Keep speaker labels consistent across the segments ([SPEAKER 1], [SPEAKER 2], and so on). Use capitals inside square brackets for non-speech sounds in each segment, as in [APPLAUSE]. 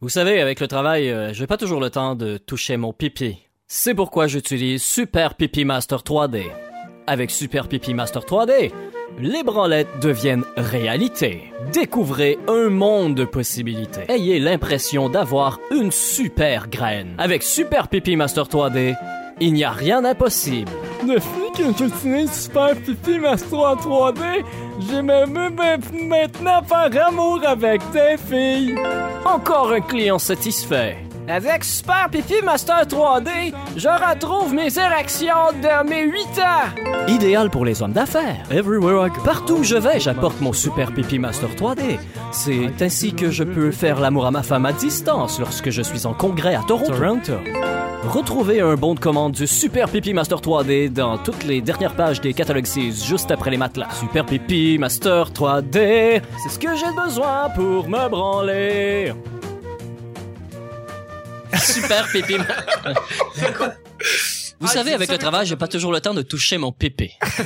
[SPEAKER 1] Vous savez, avec le travail, euh, j'ai pas toujours le temps de toucher mon pipi. C'est pourquoi j'utilise Super Pipi Master 3D. Avec Super Pipi Master 3D, les branlettes deviennent réalité. Découvrez un monde de possibilités. Ayez l'impression d'avoir une super graine. Avec Super Pipi Master 3D, il n'y a rien d'impossible.
[SPEAKER 2] Depuis que j'utilise Super Pipi Master en 3D, j'ai même eu maintenant faire amour avec des filles.
[SPEAKER 1] Encore un client satisfait.
[SPEAKER 3] Avec Super Pipi Master 3D, je retrouve mes érections de mes 8 ans.
[SPEAKER 1] Idéal pour les hommes d'affaires. Everywhere I go. Partout où je vais, j'apporte mon Super Pipi Master 3D. C'est ainsi que je peux faire l'amour à ma femme à distance lorsque je suis en congrès à Toronto.
[SPEAKER 2] Toronto.
[SPEAKER 1] Retrouvez un bon de commande du Super Pipi Master 3D dans toutes les dernières pages des catalogues 6 juste après les matelas. Super Pipi Master 3D, c'est ce que j'ai besoin pour me branler. Super pipi. Ah, Vous savez, avec le travail, j'ai pas toujours le temps de toucher mon pépé. [LAUGHS]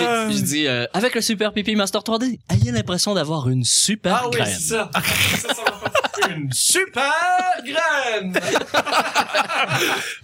[SPEAKER 1] Et je dis, euh, avec le super pipi Master 3D, ayez l'impression d'avoir une super
[SPEAKER 4] Ah oui,
[SPEAKER 1] graine.
[SPEAKER 4] c'est ça. ça, ça va faire une super graine.
[SPEAKER 5] [LAUGHS]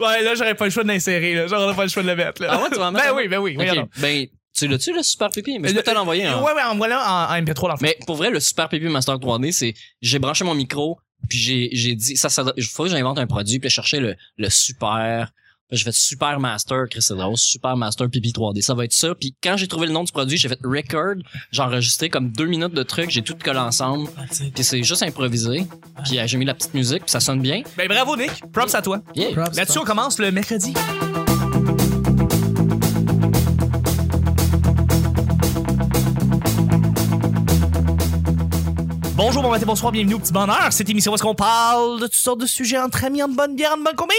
[SPEAKER 5] Ouais, là, j'aurais pas le choix de l'insérer, là. J'aurais pas le choix de le mettre, là.
[SPEAKER 1] Ah ouais, tu vas en mettre
[SPEAKER 5] Ben
[SPEAKER 1] un-
[SPEAKER 5] oui, ben oui.
[SPEAKER 1] Ok,
[SPEAKER 5] voyons.
[SPEAKER 1] ben, tu l'as-tu, le super pipi? Mais je
[SPEAKER 5] Le-
[SPEAKER 1] peux te l'envoyer,
[SPEAKER 4] Ah.
[SPEAKER 1] hein.
[SPEAKER 5] Ouais, ouais, en voilà en, en MP3, dans le fond.
[SPEAKER 1] Mais pour vrai, le super pipi Master 3D, c'est, j'ai branché mon micro, puis j'ai, j'ai dit, ça, ça, il faut que j'invente un produit, puis j'ai cherché le, le super, Puis j'ai fait Super Master, Chris c'est drôle, Super Master Pipi 3D. Ça va être ça. Puis quand j'ai trouvé le nom du produit, j'ai fait record. J'ai enregistré comme deux minutes de trucs, j'ai tout collé ensemble. Puis c'est juste improvisé. Puis euh, j'ai mis la petite musique, puis ça sonne bien.
[SPEAKER 5] Ben bravo, Nick. Props à toi.
[SPEAKER 1] Yeah.
[SPEAKER 5] Là-dessus, on commence le mercredi. Bonjour, bon matin, bonsoir, bienvenue au petit bonheur. Cette émission où est-ce qu'on parle de toutes sortes de sujets entre amis, en bonne bière, en bonne combi.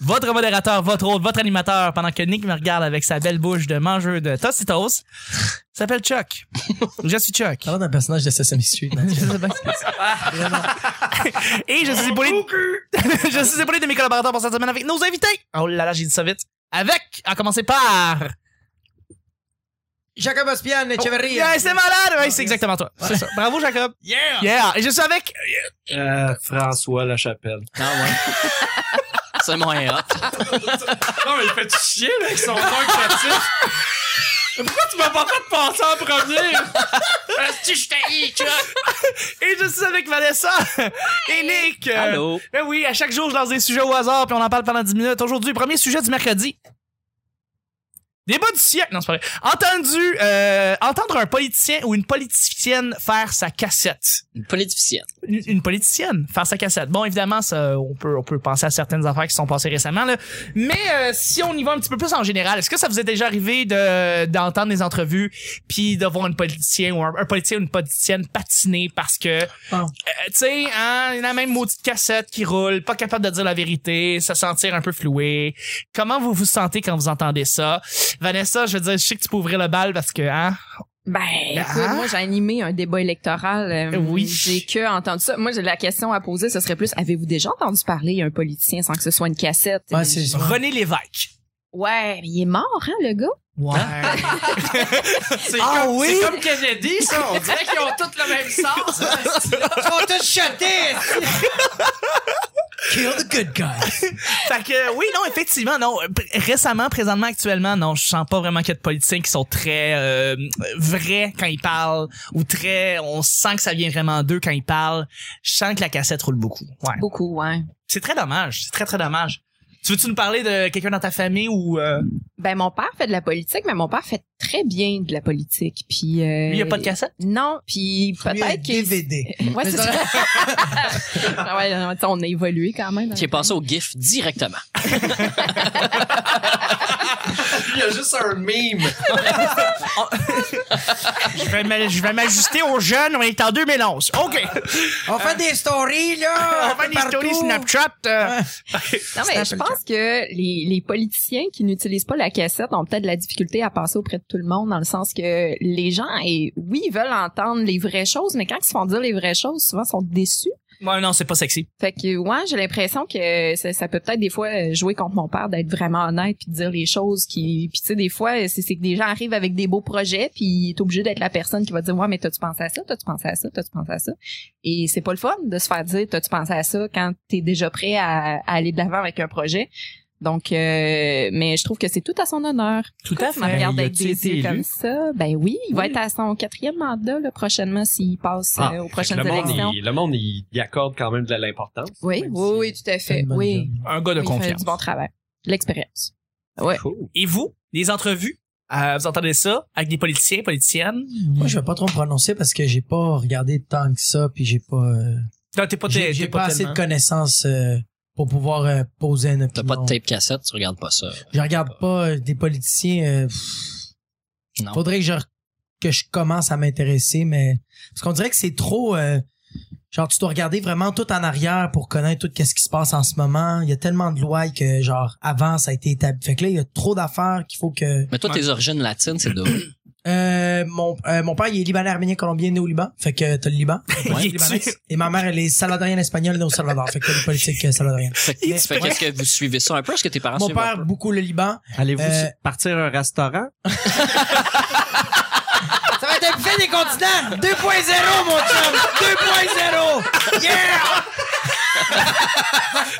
[SPEAKER 5] Votre modérateur, votre hôte, votre animateur, pendant que Nick me regarde avec sa belle bouche de mangeur de Tostitos, s'appelle Chuck. Je suis Chuck.
[SPEAKER 6] Parlant d'un personnage de Sesame Street. [LAUGHS] Mathieu.
[SPEAKER 5] Et je suis épaulé [LAUGHS] je suis épaulé de mes collaborateurs pour cette semaine avec nos invités. Oh là là, j'ai dit ça vite. Avec, à commencer par.
[SPEAKER 6] Jacob Ospian et
[SPEAKER 5] Yeah, c'est malade! Ouais, c'est exactement toi. C'est ça. Oh, Bravo, Jacob.
[SPEAKER 4] Yeah.
[SPEAKER 5] [LAUGHS] Yeah! Et je suis avec.
[SPEAKER 4] Euh, François Lachapelle.
[SPEAKER 1] Ah ouais.
[SPEAKER 5] [LAUGHS]
[SPEAKER 1] c'est moins hot.
[SPEAKER 4] Non, mais il fait chier, là, avec son nom créatif. Pourquoi tu m'as pas fait penser en
[SPEAKER 5] [LAUGHS]
[SPEAKER 4] premier? Est-ce je t'ai tu vois?
[SPEAKER 5] Et je suis avec Vanessa. Et Nick. Euh,
[SPEAKER 1] Allô.
[SPEAKER 5] Ben oui, à chaque jour, je lance des sujets au hasard, puis on en parle pendant 10 minutes. Aujourd'hui, premier sujet du mercredi. Débat du siècle. Non, c'est pas vrai. Entendu, euh, entendre un politicien ou une politicienne faire sa cassette.
[SPEAKER 1] Une politicienne.
[SPEAKER 5] une une politicienne faire sa cassette. Bon, évidemment, ça, on peut on peut penser à certaines affaires qui sont passées récemment là. Mais euh, si on y va un petit peu plus en général, est-ce que ça vous est déjà arrivé de d'entendre des entrevues puis de voir une politicienne ou un, un politicien ou une politicienne patiner parce que euh, tu sais, hein, la même maudite cassette qui roule, pas capable de dire la vérité, se sentir un peu floué. Comment vous vous sentez quand vous entendez ça Vanessa, je veux dire, je sais que tu peux ouvrir le bal parce que hein.
[SPEAKER 7] Ben, écoute, moi, j'ai animé un débat électoral. euh,
[SPEAKER 5] Oui.
[SPEAKER 7] J'ai que entendu ça. Moi, j'ai la question à poser, ce serait plus, avez-vous déjà entendu parler à un politicien sans que ce soit une cassette?
[SPEAKER 5] Ben,
[SPEAKER 6] Ouais, c'est
[SPEAKER 5] René Lévesque.
[SPEAKER 7] Ouais, mais il est mort, hein, le gars?
[SPEAKER 5] Ouais.
[SPEAKER 4] Hein?
[SPEAKER 6] [LAUGHS]
[SPEAKER 4] C'est
[SPEAKER 6] Ah
[SPEAKER 4] comme,
[SPEAKER 6] oui?
[SPEAKER 4] c'est comme Kennedy, ça. On dirait qu'ils ont tous le même sens.
[SPEAKER 6] [LAUGHS] Ils sont tous chantés! Kill the good guys.
[SPEAKER 5] Fait que oui, non, effectivement, non. P- Récemment, présentement, actuellement, non, je sens pas vraiment qu'il y a de politiciens qui sont très euh, vrais quand ils parlent ou très. On sent que ça vient vraiment d'eux quand ils parlent. Je sens que la cassette roule beaucoup. Ouais.
[SPEAKER 7] Beaucoup, ouais.
[SPEAKER 5] C'est très dommage. C'est très très dommage. Tu veux-tu nous parler de quelqu'un dans ta famille ou euh,
[SPEAKER 7] Ben, mon père fait de la politique, mais mon père fait très bien de la politique. Puis, euh,
[SPEAKER 5] lui, il y a pas de cassette?
[SPEAKER 7] Non, puis
[SPEAKER 6] Lui, un
[SPEAKER 7] peut-être que...
[SPEAKER 6] DVD.
[SPEAKER 7] Ouais, c'est ça. Ah [LAUGHS] ouais, non, t'sais, on a évolué quand même.
[SPEAKER 1] Qui est passé au GIF directement.
[SPEAKER 4] Il y a juste un meme.
[SPEAKER 5] Je vais m'a- je vais m'ajuster aux jeunes. On est en 2011. OK.
[SPEAKER 6] On fait des stories, là!
[SPEAKER 5] Euh, [LAUGHS] On fait des
[SPEAKER 6] partout.
[SPEAKER 5] stories Snapchat. euh,
[SPEAKER 7] Non, mais je pense que les, les politiciens qui n'utilisent pas la cassette ont peut-être de la difficulté à passer auprès de tout le monde, dans le sens que les gens, et oui, ils veulent entendre les vraies choses, mais quand ils se font dire les vraies choses, souvent ils sont déçus.
[SPEAKER 5] Ouais, non, c'est pas sexy.
[SPEAKER 7] Fait que ouais, j'ai l'impression que ça, ça peut peut-être des fois jouer contre mon père d'être vraiment honnête puis de dire les choses qui puis tu sais des fois c'est c'est que des gens arrivent avec des beaux projets puis il est obligé d'être la personne qui va dire ouais mais t'as-tu pensé à ça t'as-tu pensé à ça t'as-tu pensé à ça et c'est pas le fun de se faire dire t'as-tu pensé à ça quand t'es déjà prêt à, à aller de l'avant avec un projet donc euh, mais je trouve que c'est tout à son honneur
[SPEAKER 5] Tout à Ben,
[SPEAKER 7] Tu me regardes
[SPEAKER 5] Il
[SPEAKER 7] avec
[SPEAKER 5] a-tu
[SPEAKER 7] des
[SPEAKER 5] été
[SPEAKER 7] yeux comme
[SPEAKER 5] élu?
[SPEAKER 7] ça ben oui il va être à son quatrième mandat là, prochainement s'il passe
[SPEAKER 8] Ah,
[SPEAKER 7] euh, aux
[SPEAKER 8] Fait que
[SPEAKER 7] prochaines
[SPEAKER 8] le monde,
[SPEAKER 7] élections
[SPEAKER 8] il, le monde, il, il accorde quand même de l'importance.
[SPEAKER 7] oui
[SPEAKER 8] Même
[SPEAKER 7] oui
[SPEAKER 8] si-
[SPEAKER 7] oui tout à
[SPEAKER 6] c'est
[SPEAKER 7] fait
[SPEAKER 6] une bonne
[SPEAKER 7] oui
[SPEAKER 6] job.
[SPEAKER 5] Un gars de
[SPEAKER 7] il fait
[SPEAKER 5] confiance.
[SPEAKER 7] du bon travail. L'expérience.
[SPEAKER 8] Cool.
[SPEAKER 5] Et vous, les entrevues, euh, vous entendez ça avec des politiciens, politiciennes?
[SPEAKER 6] Moi, je vais pas trop me prononcer parce que j'ai pas regardé tant que ça, puis j'ai pas, euh,
[SPEAKER 5] Non, t'es pas, t'es,
[SPEAKER 6] j'ai
[SPEAKER 5] t'es
[SPEAKER 6] j'ai pas, assez de
[SPEAKER 5] tellement-
[SPEAKER 6] connaissances euh, pour pouvoir euh, poser une
[SPEAKER 1] T'as
[SPEAKER 6] opinion.
[SPEAKER 1] pas de tape cassette, tu regardes pas ça.
[SPEAKER 6] Je regarde pas euh, des politiciens. euh, pff.
[SPEAKER 1] Non.
[SPEAKER 6] Faudrait que je que je commence à m'intéresser, mais parce qu'on dirait que c'est trop. euh, genre, tu dois regarder vraiment tout en arrière pour connaître tout quest ce qui se passe en ce moment. Il y a tellement de lois que genre avant ça a été établi. Fait que là, il y a trop d'affaires qu'il faut que.
[SPEAKER 1] Mais toi, tes origines latines, c'est d'où?
[SPEAKER 6] Euh, mon euh, mon père, il est libanais, arménien, colombien, né au Liban. Fait que t'as le Liban.
[SPEAKER 1] [LAUGHS] Ouais.
[SPEAKER 5] Il est
[SPEAKER 6] Libanaise. Et ma mère, elle est salvadorienne espagnole, née au Salvador. Fait que t'as une politique euh, salvadorienne.
[SPEAKER 1] Fait que,
[SPEAKER 6] Mais-
[SPEAKER 1] fait que est-ce que vous suivez ça un peu? Est-ce que tes parents
[SPEAKER 6] Mon
[SPEAKER 1] suivent un
[SPEAKER 6] père,
[SPEAKER 1] peu?
[SPEAKER 6] beaucoup le Liban.
[SPEAKER 9] Allez-vous
[SPEAKER 6] Euh,
[SPEAKER 9] partir un
[SPEAKER 5] [LAUGHS]
[SPEAKER 9] restaurant?
[SPEAKER 10] Ça va être un buffet des continents! 2.0, mon chum! 2.0! Yeah!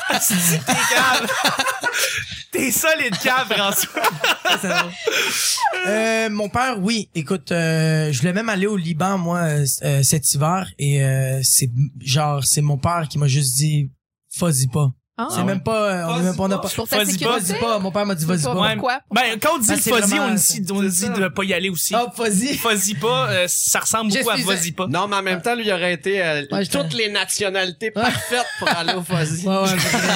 [SPEAKER 5] Ah,
[SPEAKER 6] [LAUGHS]
[SPEAKER 5] T'es solide cave, François.
[SPEAKER 6] Euh, mon père, oui. Écoute, euh, je voulais même aller au Liban moi euh, c- euh, cet hiver et euh, c'est genre c'est mon père qui m'a juste dit vas-y pas.
[SPEAKER 7] Ah.
[SPEAKER 6] c'est même pas euh, on est
[SPEAKER 8] Vas-y
[SPEAKER 6] même pas on a
[SPEAKER 8] pas.
[SPEAKER 6] pas.
[SPEAKER 7] Pour
[SPEAKER 5] Vas-y
[SPEAKER 7] ta
[SPEAKER 5] pas,
[SPEAKER 6] Vas-y
[SPEAKER 7] sécurité.
[SPEAKER 6] pas, mon père m'a dit vas-y
[SPEAKER 7] Pas
[SPEAKER 6] pas.
[SPEAKER 5] Ouais.
[SPEAKER 7] Pourquoi?
[SPEAKER 5] Ben, quand on dit
[SPEAKER 6] Ah,
[SPEAKER 5] le
[SPEAKER 6] c'est
[SPEAKER 5] fuzzy,
[SPEAKER 6] vraiment-
[SPEAKER 5] on dit, on dit de pas y aller aussi.
[SPEAKER 6] Hop, vas-y.
[SPEAKER 5] Fuzzy pas, euh, ça ressemble
[SPEAKER 6] Je
[SPEAKER 5] beaucoup à
[SPEAKER 6] suis-
[SPEAKER 5] Fuzzy pas.
[SPEAKER 8] Non, mais en même temps, lui, il aurait été euh,
[SPEAKER 6] Ouais, je
[SPEAKER 8] toutes
[SPEAKER 6] t'en-
[SPEAKER 8] les nationalités parfaites pour aller au
[SPEAKER 6] [LAUGHS]
[SPEAKER 8] Fuzzy.
[SPEAKER 6] Ouais, ouais, c'est vrai.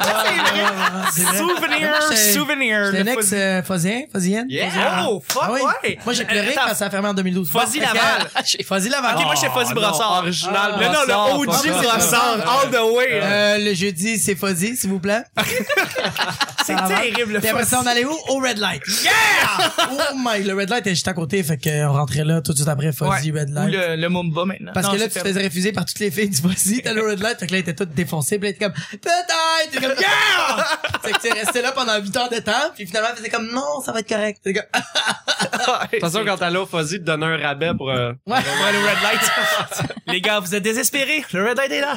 [SPEAKER 6] Ouais, ouais, ouais, ouais, c'est vrai.
[SPEAKER 5] Souvenir,
[SPEAKER 6] Moi, j'étais-
[SPEAKER 5] souvenir.
[SPEAKER 6] J'étais un
[SPEAKER 5] le
[SPEAKER 6] ex
[SPEAKER 5] Fuzzy.
[SPEAKER 6] euh, Fozien, Fozienne.
[SPEAKER 8] Yeah!
[SPEAKER 5] Oh, fuck,
[SPEAKER 6] Ah oui.
[SPEAKER 5] ouais. Euh,
[SPEAKER 6] Moi j'ai pleuré
[SPEAKER 5] Attends,
[SPEAKER 6] quand ça a fermé en 2012.
[SPEAKER 5] Fuzzy
[SPEAKER 6] Bon, fait que, [LAUGHS]
[SPEAKER 5] Laval.
[SPEAKER 6] euh, Fuzzy Laval.
[SPEAKER 5] Ok, moi, j'étais Fuzzy Brassard.
[SPEAKER 8] Original
[SPEAKER 5] Mais Ah, non,
[SPEAKER 8] Brassard,
[SPEAKER 5] le OG
[SPEAKER 8] fuck off.
[SPEAKER 5] Brassard, all the way.
[SPEAKER 6] Euh, le jeudi, c'est Fuzzy, s'il vous plaît.
[SPEAKER 5] c'est
[SPEAKER 6] ça va.
[SPEAKER 5] terrible, le
[SPEAKER 6] Puis après
[SPEAKER 5] Fuzzy.
[SPEAKER 6] ça, on allait où? Au Red Light. Yeah! [LAUGHS] oh my, le Red Light était juste à côté, fait qu'on rentrait là tout de suite après, Fuzzy, Red
[SPEAKER 5] Ou
[SPEAKER 6] Light.
[SPEAKER 5] le, le Mumba maintenant.
[SPEAKER 6] Parce
[SPEAKER 5] Non,
[SPEAKER 6] que là,
[SPEAKER 5] c'est
[SPEAKER 6] tu te
[SPEAKER 5] fait.
[SPEAKER 6] faisais refuser par toutes les filles du Fuzzy, t'as le Red Light, fait que là, il était tout défoncé, puis là, il était comme, peut-être! T'es comme, yeah! fait que tu resté là pendant 8 heures de temps, puis finalement, faisait comme, non, ça va être correct. T'es comme, Ah,
[SPEAKER 8] Attention, quand t'allais au Fuzzy, de donner un rabais pour... euh,
[SPEAKER 5] Ouais, le red light. [LAUGHS] Les gars, vous êtes désespérés. Le red light est là.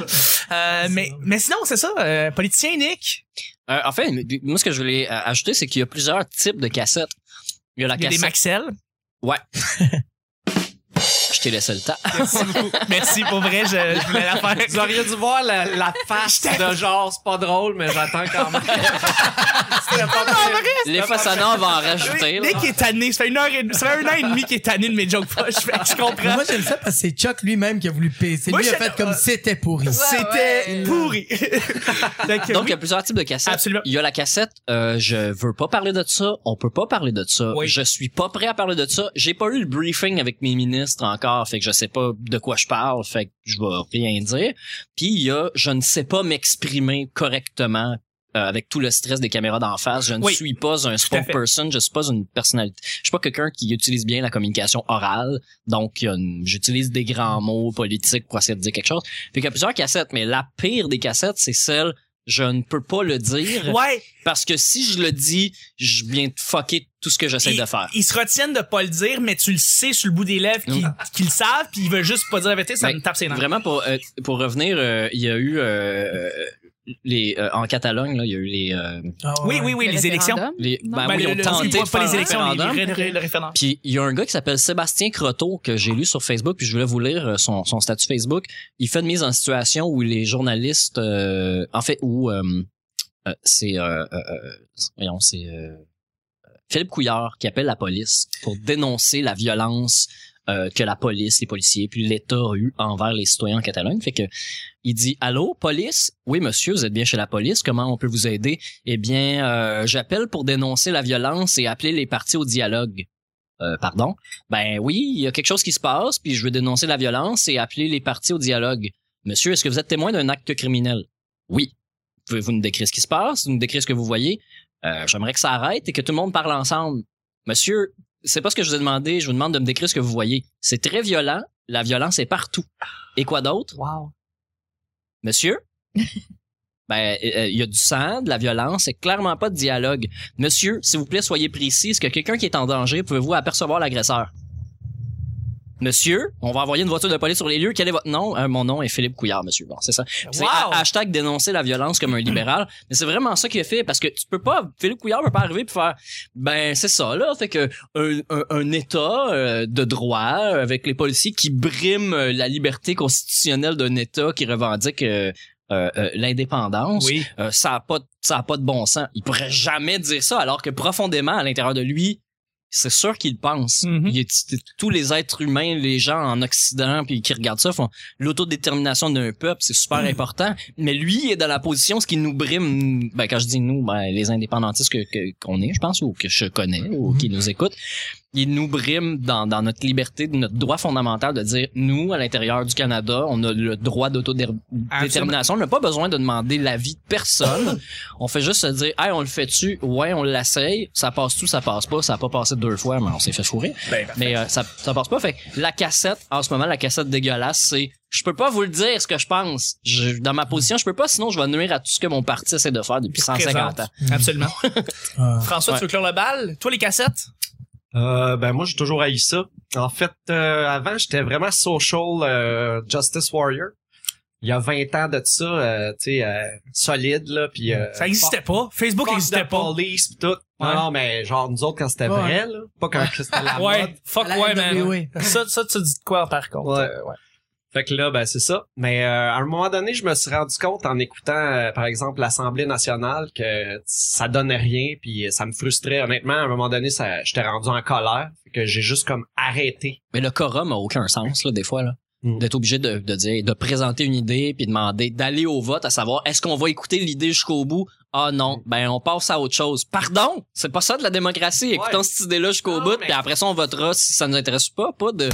[SPEAKER 5] Euh, mais, mais sinon, c'est ça. euh, politicien, Nick.
[SPEAKER 1] Euh, en fait, moi, ce que je voulais euh, ajouter, c'est qu'il y a plusieurs types de cassettes. Il y a la
[SPEAKER 5] Il y a des
[SPEAKER 1] cassette.
[SPEAKER 5] Maxel.
[SPEAKER 1] Je t'ai laissé le
[SPEAKER 5] [LAUGHS]
[SPEAKER 1] temps.
[SPEAKER 5] Merci beaucoup. Merci pour vrai. Je, je voulais la
[SPEAKER 8] Vous
[SPEAKER 5] faire.
[SPEAKER 8] auriez dû voir la, la face de genre, c'est pas drôle, mais j'attends quand même. [LAUGHS] C'était pas possible.
[SPEAKER 1] Les faces à Nord vont en rajouter. là.
[SPEAKER 5] Nick est tanné. Ça fait une heure et demie- ça fait un an et demi qu'il est tanné de mes jokes poches. Fait que Je comprends.
[SPEAKER 6] Moi, j'aime ça parce que c'est Chuck lui-même qui a voulu payer. C'est
[SPEAKER 5] Moi,
[SPEAKER 6] lui qui a
[SPEAKER 5] j'adore.
[SPEAKER 6] fait comme c'était pourri.
[SPEAKER 5] C'était pourri. [LAUGHS] Donc,
[SPEAKER 1] Donc, il y
[SPEAKER 5] oui.
[SPEAKER 1] a plusieurs types de cassettes.
[SPEAKER 5] Absolument.
[SPEAKER 1] Il y a la cassette, euh, je veux pas parler de ça, on peut pas parler de ça,
[SPEAKER 5] Oui.
[SPEAKER 1] je suis pas prêt à parler de ça, j'ai pas eu le briefing avec mes ministres encore, fait que je sais pas de quoi je parle, fait que je vais rien dire. Puis il y a je ne sais pas m'exprimer correctement. euh, avec tout le stress des caméras d'en face, je ne
[SPEAKER 5] Oui.
[SPEAKER 1] suis pas un
[SPEAKER 5] Tout à fait.
[SPEAKER 1] spokesperson, je suis pas une personnalité, je suis pas quelqu'un qui utilise bien la communication orale, donc il y a une- j'utilise des grands
[SPEAKER 5] Mm.
[SPEAKER 1] mots politiques pour essayer de dire quelque chose. Fait qu'il y a plusieurs cassettes, mais la pire des cassettes, c'est celle je ne peux pas le dire
[SPEAKER 5] Ouais.
[SPEAKER 1] parce que si je le dis, je viens de fucker tout ce que j'essaie
[SPEAKER 5] Il-
[SPEAKER 1] de faire.
[SPEAKER 5] Ils se retiennent de pas le dire, mais tu le sais sur le bout des lèvres qu'ils
[SPEAKER 1] Mm.
[SPEAKER 5] qu'ils le savent, puis ils veulent juste pas dire la vérité. Ça
[SPEAKER 1] Ben,
[SPEAKER 5] me tape ses nerfs.
[SPEAKER 1] Vraiment pour euh, pour revenir, euh, il y a eu euh, les euh, en Catalogne là, il y a eu les euh,
[SPEAKER 6] Ah ouais,
[SPEAKER 5] Oui, oui,
[SPEAKER 6] ouais.
[SPEAKER 5] oui,
[SPEAKER 7] Le
[SPEAKER 5] les élections.
[SPEAKER 7] référendum.
[SPEAKER 1] les ben, oui,
[SPEAKER 5] Ben, le-
[SPEAKER 1] ils ont
[SPEAKER 5] le-
[SPEAKER 1] tenté de
[SPEAKER 5] pas, pas
[SPEAKER 1] faire
[SPEAKER 5] les
[SPEAKER 1] un
[SPEAKER 5] élections, mais
[SPEAKER 1] référendum.
[SPEAKER 5] le, ré- ré- le référendum.
[SPEAKER 1] Puis il y a un gars qui s'appelle Sébastien Croteau que j'ai lu sur Facebook, puis je voulais vous lire euh, son, son statut Facebook. Il fait une mise en situation où les journalistes, euh, en fait, où euh, euh, c'est, euh, euh, euh, voyons, c'est euh, Philippe Couillard qui appelle la police pour dénoncer la violence euh, que la police, les policiers, puis l'État a eu envers les citoyens en Catalogne. Fait que il dit allô police oui monsieur vous êtes bien chez la police comment on peut vous aider eh bien euh, j'appelle pour dénoncer la violence et appeler les parties au dialogue euh, pardon ben oui il y a quelque chose qui se passe puis je veux dénoncer la violence et appeler les parties au dialogue monsieur est-ce que vous êtes témoin d'un acte criminel oui pouvez-vous nous décrire ce qui se passe nous décrire ce que vous voyez Euh, j'aimerais que ça arrête et que tout le monde parle ensemble monsieur c'est pas ce que je vous ai demandé je vous demande de me décrire ce que vous voyez c'est très violent la violence est partout et quoi d'autre Monsieur, ben, euh, euh, il y a du sang, de la violence, et clairement pas de dialogue. Monsieur, s'il vous plaît, soyez précis. Est-ce que quelqu'un qui est en danger, pouvez-vous apercevoir l'agresseur? Monsieur, on va envoyer une voiture de police sur les lieux. Quel est votre nom? Euh, mon nom est Philippe Couillard, monsieur. Bon, c'est ça. C'est
[SPEAKER 5] Wow!
[SPEAKER 1] ha- hashtag dénoncer la violence comme un libéral. Mais c'est vraiment ça qu'il a fait parce que tu peux pas, Philippe Couillard peut pas arriver puis faire, ben, c'est ça, là. Fait que un, un- un État euh, de droit euh, avec les policiers qui briment euh, la liberté constitutionnelle d'un État qui revendique euh, euh, euh, l'indépendance.
[SPEAKER 5] Oui.
[SPEAKER 1] Euh, ça a pas de- ça a pas de bon sens. Il pourrait jamais dire ça alors que profondément à l'intérieur de lui, c'est sûr qu'il le pense.
[SPEAKER 5] Mhm.
[SPEAKER 1] Il est- tous les êtres humains, les gens en Occident puis qui regardent ça font l'autodétermination d'un peuple, c'est super important, mais lui il est dans la position ce qui nous brime ben quand je dis nous, ben, les indépendantistes que que- qu'on est, je pense ou que je connais ou qui nous écoutent il nous brime dans, dans notre liberté, de notre droit fondamental de dire nous, à l'intérieur du Canada, on a le droit d'autodétermination. On n'a pas besoin de demander l'avis de personne. on fait juste se dire hey, on le fait-tu Ouais, on l'essaye. Ça passe tout, ça passe pas. Ça a pas passé deux fois, mais on s'est fait fourrer. mais euh, ça, ça passe pas. Fait que la cassette, en ce moment, la cassette dégueulasse, c'est je peux pas vous le dire ce que je pense. Je- dans ma position, je peux pas, sinon je vais nuire à tout ce que mon parti essaie de faire depuis 150 ans.
[SPEAKER 5] Mm. Absolument.
[SPEAKER 1] [LAUGHS]
[SPEAKER 5] Euh,
[SPEAKER 6] Ah.
[SPEAKER 5] François,
[SPEAKER 1] Ouais.
[SPEAKER 5] tu veux clore le bal? Toi, les cassettes?
[SPEAKER 8] Euh, ben moi j'ai toujours haï ça. En fait, euh, avant j'étais vraiment social euh, justice warrior. Il y a 20 ans de ça, euh, tu sais, euh, solide là, puis euh,
[SPEAKER 5] Ça existait pas. Facebook
[SPEAKER 8] Fuck
[SPEAKER 5] existait
[SPEAKER 8] the
[SPEAKER 5] pas.
[SPEAKER 8] police pis tout.
[SPEAKER 5] Ouais.
[SPEAKER 8] Non, non, mais genre nous autres quand c'était
[SPEAKER 6] Ouais.
[SPEAKER 8] vrai là, pas quand c'était [LAUGHS] la mode.
[SPEAKER 5] Ouais, fuck
[SPEAKER 6] La
[SPEAKER 5] ouais, man.
[SPEAKER 6] NWA.
[SPEAKER 5] Ça, ça, tu dis de quoi, par contre?
[SPEAKER 8] Ouais.
[SPEAKER 5] Euh, ouais.
[SPEAKER 8] Fait que là, ben c'est ça. Mais euh, à un moment donné, je me suis rendu compte en écoutant, euh, par exemple, l'Assemblée nationale que ça donnait rien, puis ça me frustrait. Honnêtement, à un moment donné, ça, j'étais rendu en colère, fait que j'ai juste comme arrêté.
[SPEAKER 1] Mais le quorum a aucun sens, là, des fois, là.
[SPEAKER 8] Mm.
[SPEAKER 1] D'être obligé de, de dire, de présenter une idée, puis demander, d'aller au vote, à savoir, est-ce qu'on va écouter l'idée jusqu'au bout? Ah non, ben on passe à autre chose. Pardon! C'est pas ça de la démocratie. Écoutons cette idée-là jusqu'au
[SPEAKER 8] Non,
[SPEAKER 1] bout,
[SPEAKER 8] mais-
[SPEAKER 1] puis après ça, on votera si ça nous intéresse ou pas. Pas de...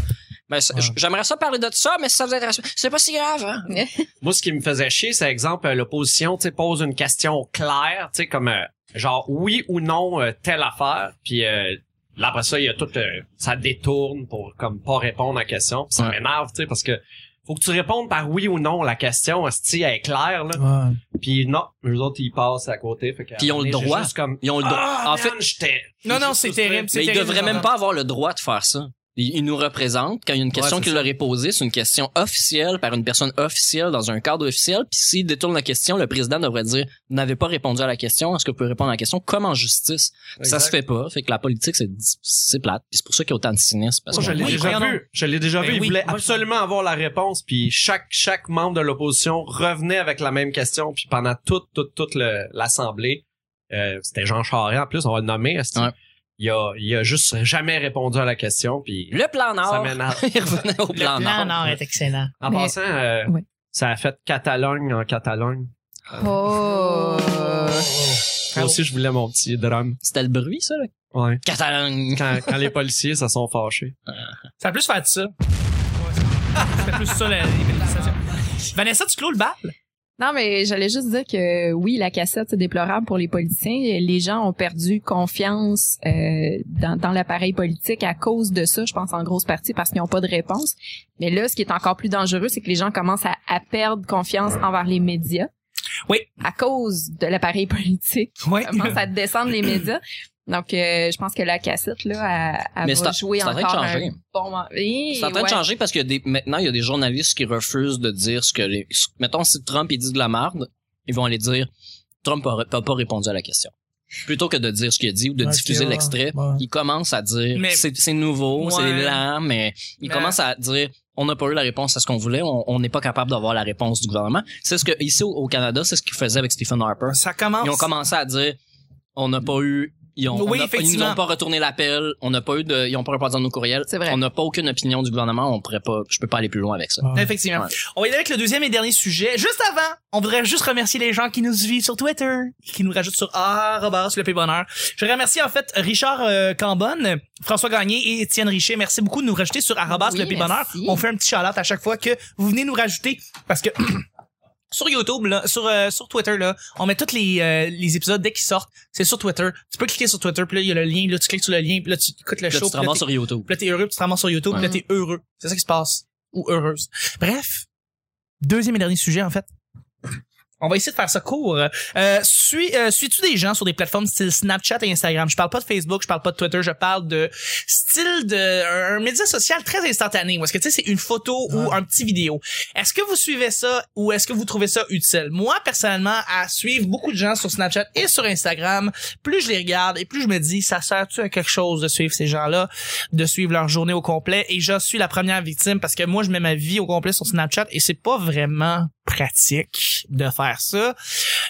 [SPEAKER 1] Ben, ça- j- J'aimerais ça parler de ça, mais si ça vous intéresse pas, c'est pas si grave, hein?
[SPEAKER 8] Moi, ce qui me faisait chier, c'est exemple euh, l'opposition, tu sais, pose une question claire, tu sais, comme euh, genre oui ou non euh, telle affaire, puis euh, là, après ça, il y a tout, euh, ça détourne pour comme pas répondre à la question, Puis ça
[SPEAKER 1] Ouais.
[SPEAKER 8] m'énerve, tu sais, parce que faut que tu répondes par oui ou non la question, si elle est claire là.
[SPEAKER 6] Ouais.
[SPEAKER 8] Puis non, eux autres ils passent à côté, fait qu'à
[SPEAKER 1] Puis ils
[SPEAKER 8] un
[SPEAKER 1] ont le
[SPEAKER 8] moment donné, j'ai
[SPEAKER 1] droit.
[SPEAKER 8] juste comme
[SPEAKER 1] Ils ont le droit.
[SPEAKER 8] ah,
[SPEAKER 1] en fait,
[SPEAKER 8] man, j'étais
[SPEAKER 5] Non, non,
[SPEAKER 8] j'étais
[SPEAKER 5] c'est
[SPEAKER 8] frustré.
[SPEAKER 5] terrible. c'est
[SPEAKER 1] mais ils
[SPEAKER 5] terrible,
[SPEAKER 1] devraient même pas avoir le droit de faire ça. Ils ils nous représentent. Quand il y a une question
[SPEAKER 8] c'est
[SPEAKER 1] qui
[SPEAKER 8] ça.
[SPEAKER 1] leur est posée, c'est une question officielle par une personne officielle dans un cadre officiel. Puis s'ils détournent la question, le président devrait dire « Vous n'avez pas répondu à la question. Est-ce que vous pouvez répondre à la question? » Comme en justice. Ça
[SPEAKER 8] Exact.
[SPEAKER 1] se fait pas. Fait que la politique, c'est c'est plate. Puis c'est pour ça qu'il y a autant de cynisme. Parce
[SPEAKER 8] Moi, je
[SPEAKER 1] qu'on-
[SPEAKER 8] l'ai
[SPEAKER 5] Oui,
[SPEAKER 8] déjà
[SPEAKER 5] voyons donc.
[SPEAKER 8] vu. Je l'ai déjà
[SPEAKER 5] Ben
[SPEAKER 8] vu. Ils
[SPEAKER 5] oui.
[SPEAKER 8] voulaient
[SPEAKER 5] Moi, je-
[SPEAKER 8] absolument avoir la réponse. Puis chaque, chaque membre de l'opposition revenait avec la même question. Puis pendant toute, toute, toute le- l'assemblée, euh, c'était Jean Charest en plus, on va le nommer. esti.
[SPEAKER 1] Ouais.
[SPEAKER 8] Il, a, il a juste jamais répondu à la question. Puis
[SPEAKER 1] le plan
[SPEAKER 8] ça
[SPEAKER 1] Nord!
[SPEAKER 8] m'énerve.
[SPEAKER 1] [LAUGHS] Il revenait au plan,
[SPEAKER 5] Le
[SPEAKER 1] Nord.
[SPEAKER 5] plan Nord est excellent.
[SPEAKER 8] En
[SPEAKER 7] Mais-
[SPEAKER 8] passant, euh,
[SPEAKER 7] Ouais.
[SPEAKER 8] ça a fait Catalogne en Catalogne.
[SPEAKER 7] Oh!
[SPEAKER 8] Moi aussi, je voulais mon petit drum.
[SPEAKER 1] C'était le bruit, ça, là?
[SPEAKER 8] Ouais.
[SPEAKER 1] Catalogne!
[SPEAKER 8] Quand, quand les policiers se sont fâchés.
[SPEAKER 5] Ça a plus fait de ça. C'était plus ça, la manifestation. Vanessa, tu clôt le bal?
[SPEAKER 7] Non, mais j'allais juste dire que oui, la cassette, c'est déplorable pour les politiciens. Les gens ont perdu confiance euh, dans, dans l'appareil politique à cause de ça, je pense en grosse partie, parce qu'ils n'ont pas de réponse. Mais là, ce qui est encore plus dangereux, c'est que les gens commencent à, à perdre confiance envers les médias.
[SPEAKER 5] Oui.
[SPEAKER 7] À cause de l'appareil politique.
[SPEAKER 1] [LAUGHS]
[SPEAKER 5] Oui.
[SPEAKER 7] commence à descendre les médias. Donc, euh, je pense que la cassette, là, elle, elle
[SPEAKER 1] Mais
[SPEAKER 7] va
[SPEAKER 1] c'est-
[SPEAKER 7] jouer
[SPEAKER 1] c'est en train de
[SPEAKER 7] encore
[SPEAKER 1] changer.
[SPEAKER 7] un bon moment. Eh,
[SPEAKER 1] C'est en train
[SPEAKER 7] ouais.
[SPEAKER 1] de changer parce qu'il y a des, maintenant, il y a des journalistes qui refusent de dire ce que les, ce- mettons, si Trump, il dit de la merde, ils vont aller dire, Trump n'a pas répondu à la question. Plutôt que de dire ce qu'il a dit ou de
[SPEAKER 6] Ouais,
[SPEAKER 1] diffuser
[SPEAKER 6] c'est-
[SPEAKER 1] l'extrait,
[SPEAKER 6] ouais.
[SPEAKER 1] ils commencent à dire,
[SPEAKER 5] Mais-
[SPEAKER 1] c'est c'est nouveau,
[SPEAKER 5] Ouais. Ben.
[SPEAKER 1] c'est lent, mais ils
[SPEAKER 5] Mais-
[SPEAKER 1] commencent à dire, on n'a pas eu la réponse à ce qu'on voulait, on on n'est pas capable d'avoir la réponse du gouvernement. C'est ce que, ici, au, au Canada, c'est ce qu'ils faisaient avec Stephen Harper.
[SPEAKER 5] Ça commence.
[SPEAKER 7] Oh,
[SPEAKER 1] Ils ont commencé à dire, on n'a pas eu, ils ont,
[SPEAKER 5] Oui,
[SPEAKER 1] on a- ils
[SPEAKER 5] effectivement.
[SPEAKER 1] nous ont pas retourné l'appel, on n'a pas eu de, ils ont pas répondu à nos courriels.
[SPEAKER 7] C'est vrai.
[SPEAKER 1] On n'a pas aucune opinion du gouvernement, on pourrait pas, je peux pas aller plus loin avec ça.
[SPEAKER 6] Ouais.
[SPEAKER 5] Effectivement.
[SPEAKER 1] Ouais.
[SPEAKER 5] On va y aller avec le deuxième et dernier sujet. Juste avant, on voudrait juste remercier les gens qui nous suivent sur Twitter, qui nous rajoutent sur arrobas le P bonheur. Je remercie en fait Richard euh, Cambonne, François Gagné et Étienne Richer. Merci beaucoup de nous rajouter sur arrobas
[SPEAKER 7] Oui,
[SPEAKER 5] le P bonheur.
[SPEAKER 7] merci.
[SPEAKER 5] On fait un petit shout-out à chaque fois que vous venez nous rajouter parce que [CLEARS THROAT] sur YouTube, là, sur, euh, sur Twitter, là, on met tous les, euh, les épisodes dès qu'ils sortent. C'est sur Twitter. Tu peux cliquer sur Twitter, puis là, il y a le lien, là, tu cliques sur le lien, puis là, tu écoutes le
[SPEAKER 1] Là, tu
[SPEAKER 5] show.
[SPEAKER 1] te
[SPEAKER 5] puis là,
[SPEAKER 1] ramasses
[SPEAKER 5] t'es-
[SPEAKER 1] sur YouTube.
[SPEAKER 5] puis là, t'es heureux, puis tu te ramasses sur YouTube, puis là, t'es heureux. C'est ça qui se passe. Ou heureuse. Bref. Deuxième et dernier sujet, en fait. On va essayer de faire ça court. Euh, suis, euh, suis-tu des gens sur des plateformes style Snapchat et Instagram? Je parle pas de Facebook, je parle pas de Twitter, je parle de style de un, un média social très instantané. Ou est-ce que tu sais, c'est une photo ou un petit vidéo. Est-ce que vous suivez ça ou est-ce que vous trouvez ça utile? Moi, personnellement, à suivre beaucoup de gens sur Snapchat et sur Instagram, plus je les regarde et plus je me dis, ça sert-tu à quelque chose de suivre ces gens-là, de suivre leur journée au complet? Et je suis la première victime parce que moi, je mets ma vie au complet sur Snapchat et c'est pas vraiment pratique de faire ça.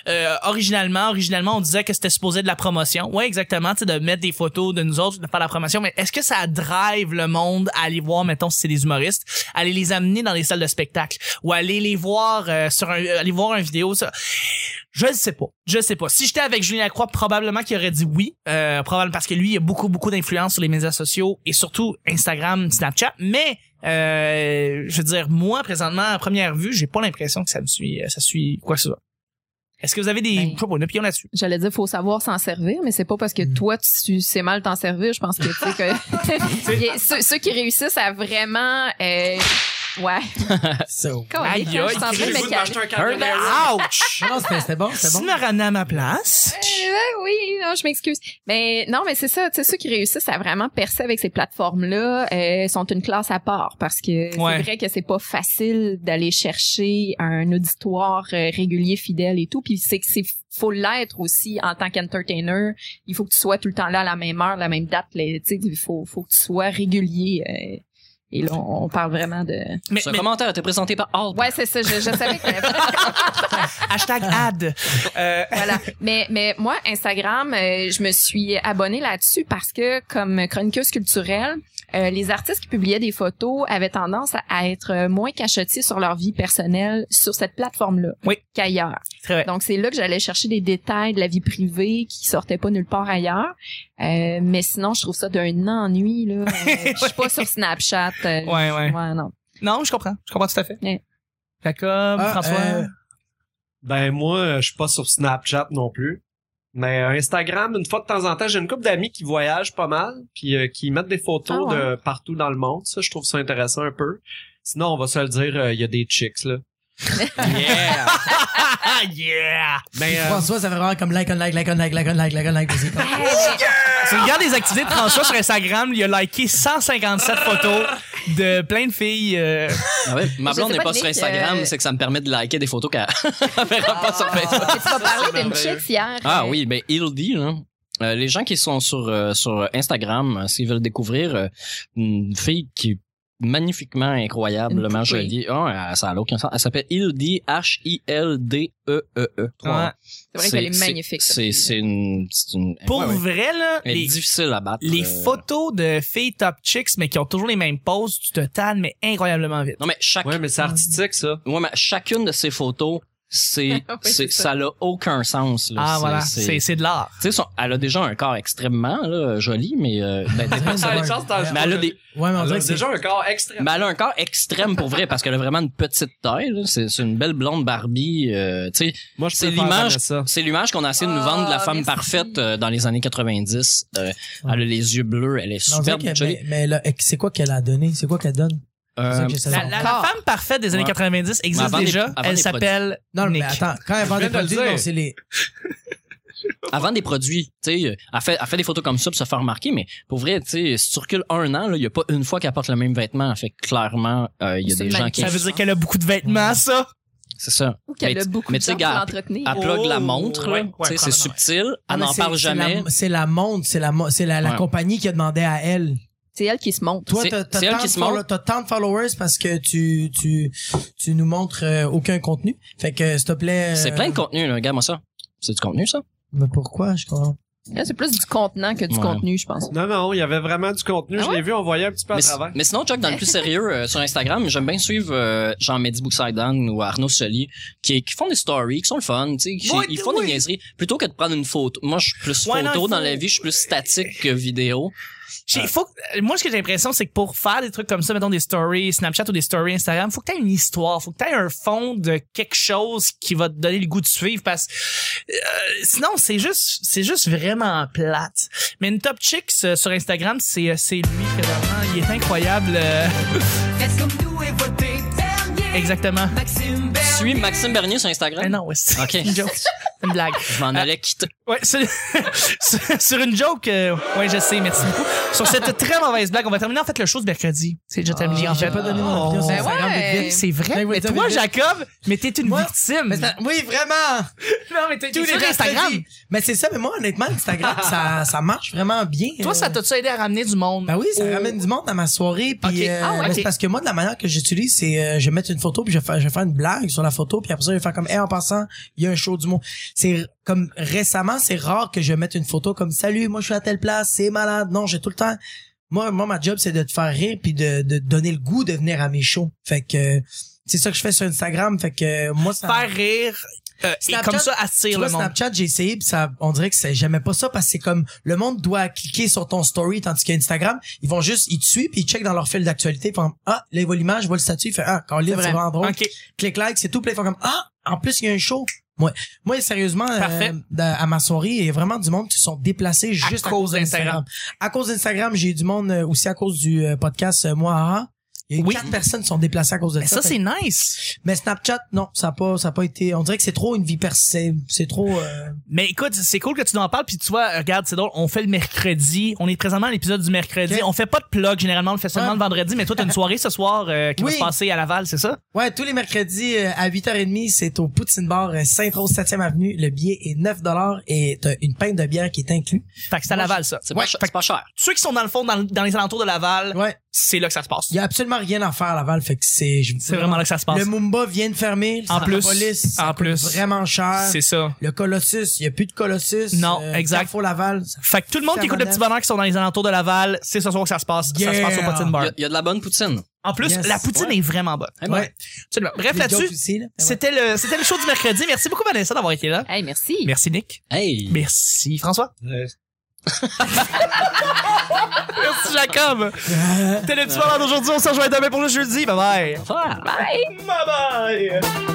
[SPEAKER 5] Euh, originalement, originalement, on disait que c'était supposé de la promotion. Ouais, exactement, tu sais, de mettre des photos de nous autres, de faire la promotion. Mais est-ce que ça drive le monde à aller voir, mettons, si c'est des humoristes, aller les amener dans des salles de spectacle ou aller les voir euh, sur un, aller voir un vidéo, ça. Je ne sais pas. Je ne sais pas. Si j'étais avec Julien Lacroix, probablement qu'il aurait dit oui. Euh, probablement parce que lui, il a beaucoup, beaucoup d'influence sur les médias sociaux et surtout Instagram, Snapchat. Mais euh, je veux dire, moi, présentement, à première vue, j'ai pas l'impression que ça me suit, euh, ça suit quoi que ce soit. Est-ce que vous avez des,
[SPEAKER 7] Ben,
[SPEAKER 5] je sais pas, une opinion là-dessus?
[SPEAKER 7] J'allais dire, faut savoir s'en servir, mais c'est pas parce que toi, tu sais mal t'en servir. Je pense que, tu sais, [LAUGHS] que Il y a- ceux, ceux qui réussissent à vraiment, euh, ouais.
[SPEAKER 6] So.
[SPEAKER 7] Calais,
[SPEAKER 5] Aïe,
[SPEAKER 7] là,
[SPEAKER 5] aïe,
[SPEAKER 7] je suis en train de
[SPEAKER 8] J'ai le goût de
[SPEAKER 7] me
[SPEAKER 8] m'acheter
[SPEAKER 7] calmer.
[SPEAKER 8] un
[SPEAKER 5] [LAUGHS]
[SPEAKER 8] Cabrera.
[SPEAKER 5] Ouch!
[SPEAKER 6] Non, c'était c'était bon, c'était
[SPEAKER 5] Si
[SPEAKER 6] bon.
[SPEAKER 5] me ramenait à ma place.
[SPEAKER 7] Euh, ben oui, non, je m'excuse. Mais non, mais c'est ça, tu sais, ceux qui réussissent à vraiment percer avec ces plateformes-là euh, sont une classe à part parce que
[SPEAKER 5] Ouais.
[SPEAKER 7] c'est vrai que c'est pas facile d'aller chercher un auditoire euh, régulier, fidèle et tout. Puis c'est que c'est faut l'être aussi en tant qu'entertainer. Il faut que tu sois tout le temps là à la même heure, la même date. les- Tu sais, il faut, faut que tu sois régulier. euh, et là, on on parle vraiment de...
[SPEAKER 5] Mais,
[SPEAKER 1] Ce
[SPEAKER 5] mais-
[SPEAKER 1] commentaire était présenté par Alt.
[SPEAKER 7] Ouais, c'est ça. Je, je savais que [LAUGHS] t'allais faire
[SPEAKER 5] hashtag ad. Euh,
[SPEAKER 7] voilà. Mais, mais moi, Instagram, euh, je me suis abonnée là-dessus parce que, comme chroniqueuse culturelle, euh, les artistes qui publiaient des photos avaient tendance à- à être moins cachotis sur leur vie personnelle sur cette plateforme-là
[SPEAKER 5] Oui.
[SPEAKER 7] qu'ailleurs.
[SPEAKER 5] Très vrai.
[SPEAKER 7] Donc, c'est là que j'allais chercher des détails de la vie privée qui sortaient pas nulle part ailleurs. Euh, mais sinon, je trouve ça d'un ennui.
[SPEAKER 1] [LAUGHS]
[SPEAKER 7] Là. Euh, je suis pas sur Snapchat. euh,
[SPEAKER 5] Ouais, ouais.
[SPEAKER 7] ouais, non.
[SPEAKER 5] Non, je comprends. Je comprends tout à fait.
[SPEAKER 7] Ouais.
[SPEAKER 5] Jacob,
[SPEAKER 6] Ah,
[SPEAKER 5] François.
[SPEAKER 6] euh,
[SPEAKER 8] Ben moi, euh, je suis pas sur Snapchat non plus. Mais euh, Instagram, une fois de temps en temps, j'ai une couple d'amis qui voyagent pas mal, puis euh, qui mettent des photos
[SPEAKER 7] Ah
[SPEAKER 8] de partout dans le monde. Ça, je trouve ça intéressant un peu. Sinon, on va se le dire, euh, il y a des chicks là. yeah.
[SPEAKER 5] Ah, [LAUGHS] yeah! [LAUGHS]
[SPEAKER 8] Mais euh,
[SPEAKER 6] François, ça fait vraiment comme like, on like, like, on like, like, on like, like,
[SPEAKER 5] [LAUGHS]
[SPEAKER 6] on like. vas-y.
[SPEAKER 5] Si on regarde les activités de François sur Instagram, il a liké 157 photos de plein de filles. euh,
[SPEAKER 1] Ah ouais, ma
[SPEAKER 7] Je
[SPEAKER 1] blonde
[SPEAKER 7] sais
[SPEAKER 1] n'est
[SPEAKER 7] pas
[SPEAKER 1] pas,
[SPEAKER 7] de
[SPEAKER 1] sur
[SPEAKER 7] Nick,
[SPEAKER 1] Instagram,
[SPEAKER 7] euh,
[SPEAKER 1] c'est que ça me permet de liker des photos qu'elle [LAUGHS] ne verra pas
[SPEAKER 7] Ah.
[SPEAKER 1] sur Facebook.
[SPEAKER 7] Et tu vas parler d'une
[SPEAKER 8] merveilleux.
[SPEAKER 7] chick hier.
[SPEAKER 1] Ah
[SPEAKER 7] euh,
[SPEAKER 1] oui, ben il le dit là. Euh, les gens qui sont sur euh, sur Instagram, euh, s'ils veulent découvrir euh, une fille qui est magnifiquement incroyablement
[SPEAKER 7] Une poupée.
[SPEAKER 1] jolie, ah elle- ça a aucun sens. Elle s'appelle Hildy H I L D E E E.
[SPEAKER 5] Ouais.
[SPEAKER 7] C'est vrai qu'elle est magnifique. cette
[SPEAKER 1] C'est
[SPEAKER 7] fille.
[SPEAKER 1] c'est une, c'est une
[SPEAKER 5] Pour
[SPEAKER 1] ouais, ouais.
[SPEAKER 5] vrai, là,
[SPEAKER 1] Elle est
[SPEAKER 5] les,
[SPEAKER 1] difficile à battre.
[SPEAKER 5] les
[SPEAKER 1] euh.
[SPEAKER 5] photos de filles top chicks, mais qui ont toujours les mêmes poses, tu te tannes, mais incroyablement vite.
[SPEAKER 1] Non mais chaque
[SPEAKER 8] ouais, mais c'est artistique ça.
[SPEAKER 1] ouais, mais chacune de ces photos, c'est
[SPEAKER 7] [LAUGHS] Oui,
[SPEAKER 1] c'est-
[SPEAKER 7] c'est ça.
[SPEAKER 1] ça n'a aucun sens là.
[SPEAKER 5] Ah,
[SPEAKER 1] C'est-
[SPEAKER 5] voilà.
[SPEAKER 1] c'est-
[SPEAKER 5] C'est c'est de l'art.
[SPEAKER 1] tu sais, son- elle a déjà un corps extrêmement là, joli, mais euh, ben,
[SPEAKER 7] [LAUGHS]
[SPEAKER 1] des fois, ça-
[SPEAKER 8] Ah, [LAUGHS] les chances, t'as-
[SPEAKER 1] mais elle a des
[SPEAKER 6] Ah, Ouais, mais on
[SPEAKER 8] Elle a
[SPEAKER 6] dirait que c'est
[SPEAKER 8] déjà un corps extrême.
[SPEAKER 1] [LAUGHS] Mais elle a un corps extrême pour vrai parce qu'elle a vraiment une petite taille. là. C'est c'est une belle blonde Barbie. euh, tu sais,
[SPEAKER 8] Moi, je
[SPEAKER 1] c'est
[SPEAKER 8] préfère
[SPEAKER 1] l'image-
[SPEAKER 8] Vanessa.
[SPEAKER 1] c'est l'image qu'on a essayé de nous
[SPEAKER 7] Ah,
[SPEAKER 1] vendre de la femme
[SPEAKER 7] merci.
[SPEAKER 1] parfaite euh, dans les années 90. Euh, Elle a les yeux bleus, elle est
[SPEAKER 6] Non, on dirait
[SPEAKER 1] superbe.
[SPEAKER 6] que-
[SPEAKER 1] jolie.
[SPEAKER 6] mais, mais là, c'est quoi qu'elle a donné? C'est quoi qu'elle donne? C'est ça
[SPEAKER 1] Euh,
[SPEAKER 6] que j'essaie de
[SPEAKER 5] La,
[SPEAKER 6] savoir.
[SPEAKER 5] la- la
[SPEAKER 7] corps.
[SPEAKER 5] femme parfaite des années
[SPEAKER 1] Ouais.
[SPEAKER 5] 90
[SPEAKER 1] Mais
[SPEAKER 5] existe
[SPEAKER 1] avant les-
[SPEAKER 5] déjà.
[SPEAKER 1] avant
[SPEAKER 5] Elle
[SPEAKER 1] les
[SPEAKER 5] s'attelle
[SPEAKER 6] Non, mais
[SPEAKER 5] Nick.
[SPEAKER 6] attends, quand elle vend
[SPEAKER 8] viens
[SPEAKER 6] des
[SPEAKER 8] de le
[SPEAKER 6] produits,
[SPEAKER 8] dire.
[SPEAKER 6] non, c'est les...
[SPEAKER 1] avant des produits, tu sais, euh, elle fait, elle fait des photos comme ça pour se faire remarquer, mais pour vrai, tu sais, si tu recules un an, là, il y a pas une fois qu'elle porte le même vêtement. Fait que clairement, euh, il y a
[SPEAKER 7] C'est
[SPEAKER 1] des
[SPEAKER 7] une
[SPEAKER 1] gens qui...
[SPEAKER 7] mannequin.
[SPEAKER 5] Ça veut dire qu'elle a beaucoup de vêtements, ça.
[SPEAKER 1] C'est ça.
[SPEAKER 7] Ou qu'elle
[SPEAKER 1] Mais
[SPEAKER 7] a
[SPEAKER 1] tu-
[SPEAKER 7] beaucoup
[SPEAKER 1] mais
[SPEAKER 7] de
[SPEAKER 1] tu sais,
[SPEAKER 7] temps pour
[SPEAKER 1] gars,
[SPEAKER 7] l'entretenir.
[SPEAKER 1] Elle plug la montre, là.
[SPEAKER 5] Ouais, ouais,
[SPEAKER 1] Tu sais, c'est
[SPEAKER 5] probablement.
[SPEAKER 1] subtil,
[SPEAKER 6] Ah,
[SPEAKER 1] elle
[SPEAKER 6] mais
[SPEAKER 1] n'en
[SPEAKER 6] c'est-
[SPEAKER 1] parle
[SPEAKER 6] c'est la-
[SPEAKER 1] jamais.
[SPEAKER 6] C'est la montre, c'est la, mo- c'est la, la
[SPEAKER 1] Ouais.
[SPEAKER 6] compagnie qui a demandé à elle.
[SPEAKER 7] C'est elle qui se montre.
[SPEAKER 6] Toi,
[SPEAKER 1] C'est-
[SPEAKER 6] t'as t'as
[SPEAKER 1] c'est elle
[SPEAKER 6] tant,
[SPEAKER 1] qui
[SPEAKER 6] de
[SPEAKER 1] se
[SPEAKER 6] follow-
[SPEAKER 1] montre.
[SPEAKER 6] t'as tant de followers parce que tu, tu, tu nous montres euh, aucun contenu. Fait que, s'il te plaît... euh,
[SPEAKER 1] C'est plein de contenu, là, regarde-moi ça. C'est du contenu, ça?
[SPEAKER 6] Mais pourquoi, je comprends?
[SPEAKER 7] Là, c'est plus du contenant que du
[SPEAKER 1] Ouais.
[SPEAKER 7] contenu, je pense.
[SPEAKER 8] Non, non, il y avait vraiment du contenu.
[SPEAKER 7] Ah
[SPEAKER 8] je l'ai vu, on voyait un petit peu
[SPEAKER 1] Mais,
[SPEAKER 8] à travers.
[SPEAKER 1] mais sinon, Chuck, dans le plus sérieux, euh, sur Instagram, j'aime bien suivre euh, Jean-Mehdi Bouxaidan ou Arnaud Soli, qui, qui font des stories, qui sont le fun, tu sais, qui-
[SPEAKER 5] Ouais,
[SPEAKER 1] ils font
[SPEAKER 5] oui.
[SPEAKER 1] des niaiseries. Plutôt que de prendre une photo. Moi, je suis plus
[SPEAKER 5] Ouais, non,
[SPEAKER 1] photo
[SPEAKER 5] il
[SPEAKER 1] dans
[SPEAKER 5] faut-
[SPEAKER 1] la vie, je suis plus statique que vidéo.
[SPEAKER 5] J'ai- faut que- moi, ce que j'ai l'impression, c'est que pour faire des trucs comme ça, mettons des stories Snapchat ou des stories Instagram, faut que t'aies une histoire, faut que t'aies un fond de quelque chose qui va te donner le goût de suivre parce euh, sinon, c'est juste, c'est juste vraiment plate. Mais une top chick euh, sur Instagram, c'est, euh, [LAUGHS] c'est lui, présentement. Il est incroyable. euh.
[SPEAKER 9] Faites comme nous et votez dernier.
[SPEAKER 5] Exactement.
[SPEAKER 1] Tu suis Maxime Bernier sur
[SPEAKER 5] Mais
[SPEAKER 1] Instagram?
[SPEAKER 5] non, Euh, ouais, c'est
[SPEAKER 1] Hein? Ok.
[SPEAKER 5] c'est une joke. C'est une blague.
[SPEAKER 1] Je m'en allais quitter.
[SPEAKER 5] Ouais, [LAUGHS] sur, sur- sur une joke, euh, ouais, je sais, merci beaucoup. Sur cette très mauvaise blague, on va terminer en fait le show de mercredi. C'est déjà terminé. en fait.
[SPEAKER 6] Ah,
[SPEAKER 5] Oh.
[SPEAKER 6] J'avais pas donné mon opinion sur
[SPEAKER 7] Ben
[SPEAKER 6] Instagram
[SPEAKER 7] ouais.
[SPEAKER 6] de Vince.
[SPEAKER 5] C'est vrai.
[SPEAKER 6] Ben oui,
[SPEAKER 5] Mais
[SPEAKER 6] t'avais
[SPEAKER 5] toi,
[SPEAKER 6] dit-
[SPEAKER 5] Jacob, mais t'es une
[SPEAKER 6] Moi?
[SPEAKER 5] victime.
[SPEAKER 6] Mais ça- oui, vraiment!
[SPEAKER 5] non, mais t'es
[SPEAKER 6] Tous les
[SPEAKER 5] sur Instagram.
[SPEAKER 6] mercredis. Mais c'est ça, mais moi, honnêtement,
[SPEAKER 5] [LAUGHS]
[SPEAKER 6] Instagram, ça, ça marche vraiment bien.
[SPEAKER 5] Toi, ça
[SPEAKER 6] Euh,
[SPEAKER 5] t'a-tu aidé à ramener du monde?
[SPEAKER 6] Ben oui, ça
[SPEAKER 5] Au-
[SPEAKER 6] ramène du monde à ma soirée. Puis
[SPEAKER 5] Ok.
[SPEAKER 6] euh,
[SPEAKER 5] Ah ouais,
[SPEAKER 6] ben,
[SPEAKER 5] ok.
[SPEAKER 6] c'est parce que moi, de la manière que j'utilise, c'est euh, je vais mettre une photo, puis je vais, faire, je vais faire une blague sur la photo, puis après ça, je vais faire comme, hey, en passant, il y a un show du monde. C'est comme récemment, c'est rare que je mette une photo comme, salut, moi je suis à telle place, c'est malade. Non, j'ai tout le temps. Moi, moi, ma job, c'est de te faire rire, puis de, de te donner le goût de venir à mes shows. Fait que euh, c'est ça que je fais sur Instagram. Fait que euh, moi, ça.
[SPEAKER 5] Ah. Faire rire. euh, et
[SPEAKER 6] Snapchat,
[SPEAKER 5] comme ça,
[SPEAKER 6] Tu
[SPEAKER 5] attire
[SPEAKER 6] vois,
[SPEAKER 5] le monde.
[SPEAKER 6] Snapchat, j'ai essayé, pis ça, on dirait que c'est- j'aimais pas ça parce que c'est comme le monde doit cliquer sur ton story tandis qu'Instagram, ils vont juste, ils te suivent puis ils checkent dans leur fil d'actualité, font ah là ils voient l'image, ils voient le statut, ils font ah quand livre
[SPEAKER 5] C'est
[SPEAKER 6] c'est
[SPEAKER 5] vrai.
[SPEAKER 6] vraiment drôle,
[SPEAKER 5] Ok.
[SPEAKER 6] clique like, c'est tout, puis ils font comme ah en plus il y a un show. Moi, moi sérieusement, euh,
[SPEAKER 5] Parfait.
[SPEAKER 6] dans- à ma soirée, il y a vraiment du monde qui se sont
[SPEAKER 5] À
[SPEAKER 6] déplacés juste à
[SPEAKER 5] cause
[SPEAKER 6] cause d'Instagram. À cause d'Instagram, j'ai eu du monde euh, aussi à cause du euh, podcast euh, Moi ah, ah. Il y a eu
[SPEAKER 5] Oui.
[SPEAKER 6] quatre personnes qui se sont déplacées à cause de
[SPEAKER 5] Mais
[SPEAKER 6] ça.
[SPEAKER 5] ça,
[SPEAKER 6] Fait
[SPEAKER 5] c'est nice.
[SPEAKER 6] mais Snapchat, non, ça a pas, ça a pas été. On dirait que c'est trop une vie persée. C'est trop. euh,
[SPEAKER 5] Mais écoute, c'est cool que tu nous en parles. Puis tu vois, regarde, c'est drôle. On fait le mercredi. On est présentement à l'épisode du mercredi.
[SPEAKER 6] Ok.
[SPEAKER 5] On fait pas de plug. Généralement, on le fait seulement
[SPEAKER 6] Ouais.
[SPEAKER 5] le vendredi. Mais toi, t'as une soirée ce soir euh, qui va
[SPEAKER 6] Oui.
[SPEAKER 5] se passer à Laval, c'est ça?
[SPEAKER 6] Ouais, tous les mercredis euh, à 8h30, c'est au Poutine Bar euh, Sainte-Rose 7e Avenue. Le billet est 9 et t'as une pinte de bière qui est inclus.
[SPEAKER 5] Fait que c'est à Laval, ça.
[SPEAKER 1] C'est
[SPEAKER 5] Ouais.
[SPEAKER 1] pas, cher-
[SPEAKER 5] Fait
[SPEAKER 1] c'est pas cher.
[SPEAKER 5] que ceux qui sont dans le fond, dans, dans les alentours de Laval,
[SPEAKER 6] Ouais,
[SPEAKER 5] c'est là que ça se passe.
[SPEAKER 6] il y a absolument rien à faire à Laval, fait que c'est je-
[SPEAKER 5] C'est vraiment là que ça se passe.
[SPEAKER 6] Le Mumba vient de fermer,
[SPEAKER 5] En
[SPEAKER 6] la
[SPEAKER 5] plus,
[SPEAKER 6] police, ça
[SPEAKER 5] en
[SPEAKER 6] coûte
[SPEAKER 5] plus.
[SPEAKER 6] vraiment cher.
[SPEAKER 5] C'est ça.
[SPEAKER 6] Le Colossus, il y a plus de Colossus. euh,
[SPEAKER 5] Non, exact.
[SPEAKER 6] Carrefour Laval, ça-
[SPEAKER 5] Fait que tout le monde qui écoute le petit bonheur qui sont dans les alentours de Laval, c'est ce soir que ça se passe. Ça se
[SPEAKER 6] Yeah.
[SPEAKER 5] passe au Poutine
[SPEAKER 1] Il
[SPEAKER 5] Bar.
[SPEAKER 1] y a- il y, a de la bonne poutine.
[SPEAKER 5] En plus,
[SPEAKER 6] Yes.
[SPEAKER 5] la poutine est vraiment bonne.
[SPEAKER 6] Ouais.
[SPEAKER 5] Absolument. Bref,
[SPEAKER 6] Les jokes
[SPEAKER 5] là-dessus,
[SPEAKER 6] aussi, là. Ouais.
[SPEAKER 5] c'était le, c'était le show du mercredi. Merci beaucoup, Vanessa, d'avoir été là.
[SPEAKER 7] Hey, merci.
[SPEAKER 5] Merci, Nick.
[SPEAKER 1] Hey!
[SPEAKER 5] Merci, François.
[SPEAKER 8] Euh,
[SPEAKER 5] Merci,
[SPEAKER 6] [LAUGHS]
[SPEAKER 5] Jacob. C'était le petit bonheur d'aujourd'hui. On se rejoint demain pour le jeudi. Bye bye.
[SPEAKER 1] Ah.
[SPEAKER 5] Bye bye.